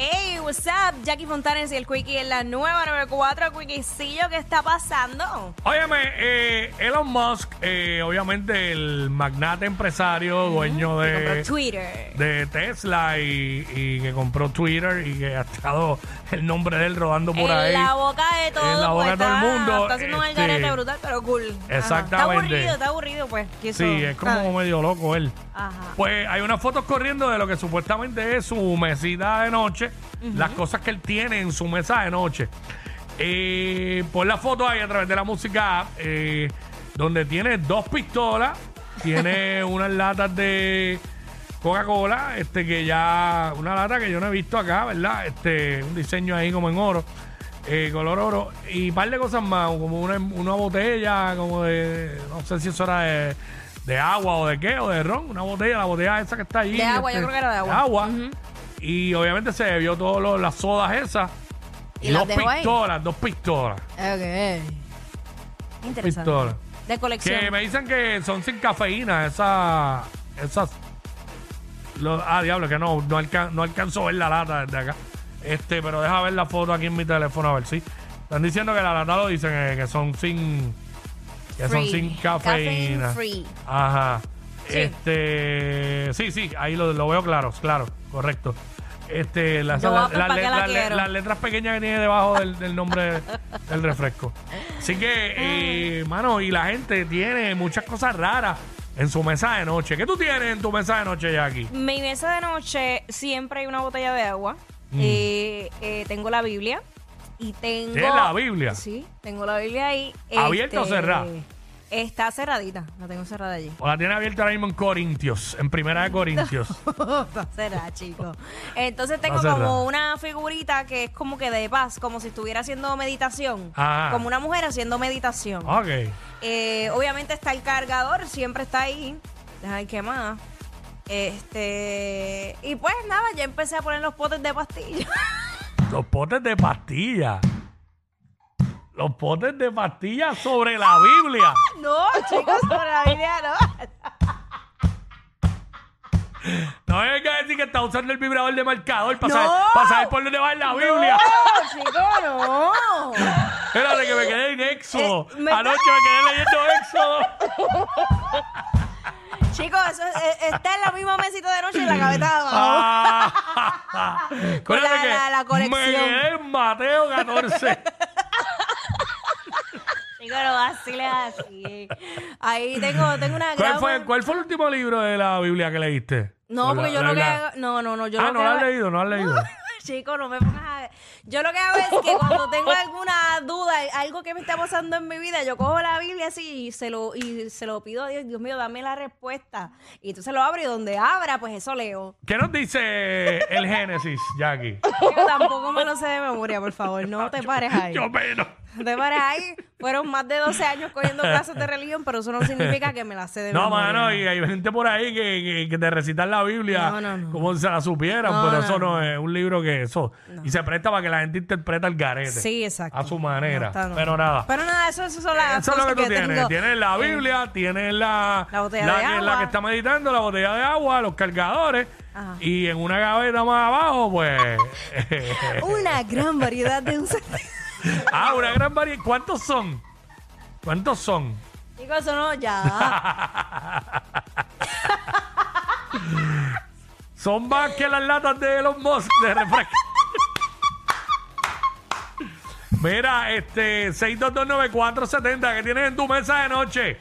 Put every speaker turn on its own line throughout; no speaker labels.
Hey, what's up? Jackie Fontanes y el Quickie en la nueva 94. Quickiecillo, ¿qué está pasando?
Óyeme, eh, Elon Musk, eh, obviamente el magnate empresario, dueño
Compró
de,
Twitter.
de Tesla y, y que compró Twitter y que ha estado el nombre de él rodando por
en
ahí.
la boca de todo.
En la boca
pues,
de todo el
está-
mundo,
Está haciendo un
este,
algarete brutal, pero cool. Ajá. Está
Exactamente.
aburrido, está aburrido, pues. quiso,
Sí, es como
¿sabes?
medio loco él.
Ajá.
Pues hay unas fotos corriendo de lo que supuestamente es su mesita de noche, las cosas que él tiene en su mesa de noche. Eh, por la foto ahí a través de la música, app, eh, donde tiene dos pistolas, tiene unas latas de Coca-Cola, este que ya, una lata que yo no he visto acá, ¿verdad? Este, un diseño ahí como en oro, eh, color oro, y un par de cosas más, como una, una botella, como de, no sé si eso era de, de agua o de qué, o de ron, una botella, la botella esa que está ahí. este,
De agua, yo creo que era de agua.
Y obviamente se bebió todas las sodas esas.
Y las
dos
dejó ahí.
pistolas, dos pistolas.
Ok. Interesante.
Pistolas.
De colección.
Que me dicen que son sin cafeína esas. Esas. lo- ah, diablo, que no, no, alca- no alcanzo a ver la lata desde acá. Este, pero deja ver la foto aquí en mi teléfono a ver si. Están diciendo que la lata lo dicen eh, que son sin. Que son
Free.
sin
Caffeine
cafeína.
free.
Ajá.
Sí.
Este. Sí, sí, ahí lo, lo veo claro, claro, correcto. Este, las,
Yo voy a
las-
ver para
las-
qué la
las-
quiero.
las letras pequeñas que tiene debajo del, del nombre del refresco. Así que, eh, mano, y la gente tiene muchas cosas raras en su mesa de noche. ¿Qué tú tienes en tu mesa de noche, Jackie?
Mi mesa de noche siempre hay una botella de agua.
Mm.
Eh, eh, tengo la Biblia. Y tengo.
¿Tienes la Biblia?
Sí, tengo la Biblia ahí. Este,
¿Abierta o cerrada?
Está cerradita. La tengo cerrada allí.
O la tiene abierta ahora mismo en Corintios, en Primera de Corintios.
Está cerrada, chicos. Entonces tengo
cerrada.
como una figurita que es como que de paz, como si estuviera haciendo meditación.
Ajá.
Como una mujer haciendo meditación.
ok.
Eh, obviamente está el cargador, siempre está ahí. Ay, qué más. Este. Y pues nada, ya empecé a poner los potes de pastillas.
Los potes de pastilla. Los potes de pastilla sobre la Biblia.
no, chicos, por la vida no.
No hay que decir que está usando el vibrador de marcador para,
¡No!
saber, para saber por dónde va en la Biblia.
No, chicos, no.
Espérate que me quedé en Éxodo.
Eh, me-
Anoche me quedé leyendo Éxodo.
Chicos, eso es- eh, está en la misma mesita de noche en la cabeza de abajo.
Ah,
Con la-
acuérdate que
la- la colección.
Me quedé en Mateo 14.
Chicos, no vaciles así. Ahí tengo, tengo una
¿Cuál fue,
gran.
¿Cuál fue el último libro de la Biblia que leíste?
No,
Por la-
porque yo lo
la
que hago.
Biblia.
No, no, no. Yo
Ah,
lo
no
que
lo has
hago-
leído, no lo has leído.
Chico, no me pongas a... Yo lo que hago es que cuando tengo alguna duda, algo que me está pasando en mi vida, yo cojo la Biblia así y se lo, y se lo pido a Dios, Dios mío, dame la respuesta. Y entonces lo abro y donde abra, pues eso leo.
¿Qué nos dice el Génesis, Jackie?
Yo tampoco me lo sé de memoria, por favor, no te pares ahí.
Yo menos.
No te pares ahí. Fueron más de 12 años cogiendo clases de religión, pero eso no significa que me la sé de
No,
memoria.
mano, y hay gente por ahí que, que- que te recitan la Biblia
No, no, no.
como si se la supieran,
No, no,
pero eso no es un libro que eso. Y se presta para que la gente interpreta el garete.
Sí, exacto.
A su manera.
No, está, no.
Pero nada.
Pero nada, eso, eso son las
eso es lo
cosas
que tú tienes.
tengo.
Tienes la Biblia, tienes la,
La botella de
que-
agua.
que está meditando, la botella de agua, los cargadores.
Ajá.
Y en una gaveta más abajo, pues.
Una gran variedad de usos.
ah, una gran variedad. ¿Cuántos son? ¿Cuántos son?
Chicos, eso no, ya.
Son más que las latas de Elon Musk de refresco. Mira, este 6229470 que tienes en tu mesa de noche.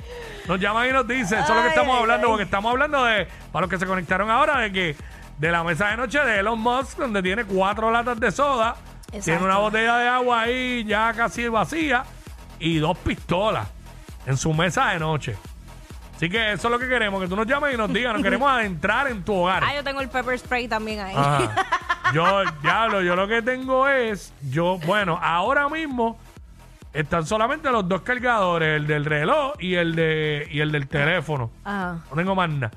Nos llaman y nos dicen, eso es lo que
Ay,
estamos
ay,
hablando,
ay.
porque estamos hablando de, para los que se conectaron ahora, de que de la mesa de noche de Elon Musk, donde tiene cuatro latas de soda,
Exacto.
tiene una botella de agua ahí ya casi vacía y dos pistolas en su mesa de noche. Así que eso es lo que queremos, que tú nos llames y nos digas, nos queremos adentrar en tu hogar.
Ah, yo tengo el pepper spray también ahí.
Ajá. Yo, diablo, yo lo que tengo es, yo, bueno, ahora mismo están solamente los dos cargadores, el del reloj y el de y el del teléfono.
Ajá.
No tengo más nada.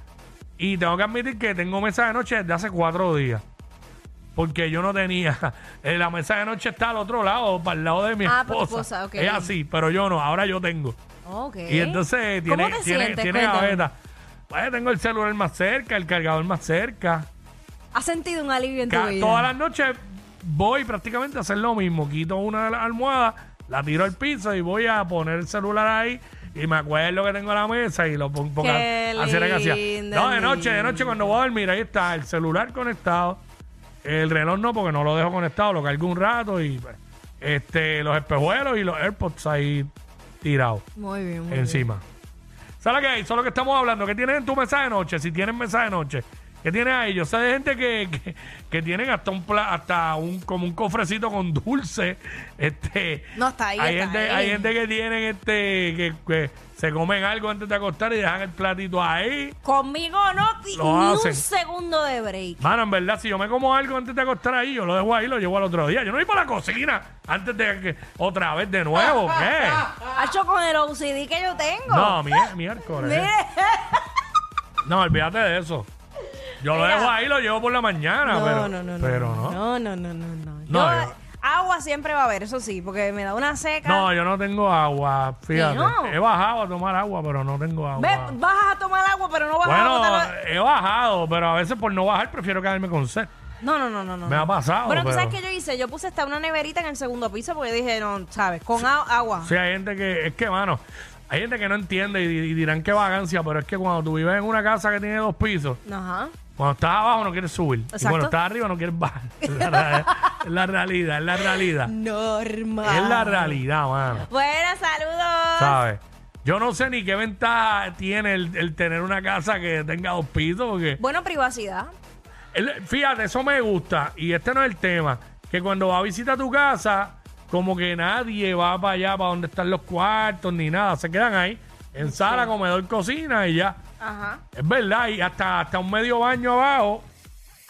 Y tengo que admitir que tengo mesa de noche desde hace cuatro días. Porque yo no tenía. eh, La mesa de noche está al otro lado, para el lado de mi
Ah, por tu
esposa.
esposa, ok.
Es así, pero yo no, ahora yo tengo.
Ok.
Y entonces tiene,
¿Cómo te
tiene,
sientes?
tiene
Cuéntame.
gaveta. Pues, tengo el celular más cerca, el cargador más cerca.
¿Has sentido un alivio en tu
Ca-
vida?
Todas las noches voy prácticamente a hacer lo mismo. Quito una de las almohadas, la tiro al piso y voy a poner el celular ahí. Y me acuerdo que tengo en la mesa y lo pongo a
Qué
hacer que hacía.
lindo,
No, de noche, de noche cuando voy a dormir, ahí está el celular conectado. El reloj no, porque no lo dejo conectado, lo cargo un rato y pues, este, los espejuelos y los AirPods ahí tirados
Muy bien, muy bien.
encima. ¿Sabes qué hay? Eso es lo que estamos hablando. ¿Qué tienes en tu mesa de noche? Si tienes mesa de noche, ¿qué tienes ahí? Yo sé de gente que, que, que tienen hasta un pla- hasta un como un cofrecito con dulce. Este,
No, está ahí,
Hay,
está
gente,
ahí.
hay gente que tienen este que, que se comen algo antes de acostar y dejan el platito ahí.
Conmigo no ti-
Lo
ni un
hacen.
segundo de break.
Mano, en verdad, si yo me como algo antes de acostar ahí, yo lo dejo ahí, lo llevo al otro día. Yo no voy para la cocina antes de que otra vez de nuevo. ¿Qué?
Hacho con el OCD que yo tengo.
No, mi- miércoles.
Mire,
No, olvídate de eso. Yo lo
Mira.
dejo ahí, lo llevo por la mañana,
no,
Ah, pero,
no, no, no,
pero
no.
no. no.
No, no, no, no, no.
No,
Yo-
yo-
agua siempre va a haber, eso sí, porque me da una seca.
yo no tengo agua, fíjate.
no?
He bajado a tomar agua, pero no tengo
Ve,
agua.
vas a tomar agua, pero no vas a
bueno, eh,
botar la-
he bajado, pero a veces por no bajar prefiero quedarme con sed.
No, no, no, no, no.
Me ha pasado,
Bueno, tú
pero-
sabes que yo hice, yo puse hasta una neverita en el segundo piso porque dije, no, sabes, con a- agua.
Sí, hay gente que, es que, mano, hay gente que no entiende y, y dirán que vagancia, pero es que cuando tú vives en una casa que tiene dos pisos,
Ajá.
cuando estás abajo no quieres subir. Y
Exacto.
cuando estás arriba no quieres bajar. Es la, ra- es la realidad, es la realidad.
Normal.
Es la realidad, mano.
Buenas, saludos.
¿Sabes? Yo no sé ni qué ventaja tiene el, el tener una casa que tenga dos pisos, porque...
Bueno, privacidad.
el- fíjate, eso me gusta, y este no es el tema, que cuando va a visitar tu casa, como que nadie va para allá, para donde están los cuartos, ni nada, se quedan ahí, en sala, comedor, cocina, y ya.
Ajá.
Es verdad, y hasta, hasta un medio baño abajo,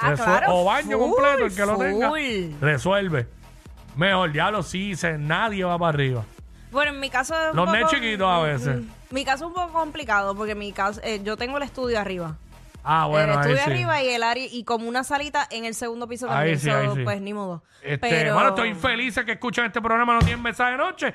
Ah,
resue-
claro,
o baño
full,
completo, el que lo tenga,
full.
resuelve. Mejor, diablo, sí, se- nadie va para arriba.
Bueno, en mi caso. es un
Los nenes
poco- Mm,
chiquitos a veces.
Mi caso es un poco complicado porque mi caso, eh, yo tengo el estudio arriba.
Ah, bueno,
el
ahí
estudio
sí.
Eh, arriba y el área y como una salita en el segundo piso
Ahí
también.
sí,
so,
ahí sí.
Pues ni modo.
Este,
Pero
Bueno, estoy feliz de que escuchan este programa No tienen mensaje de noche.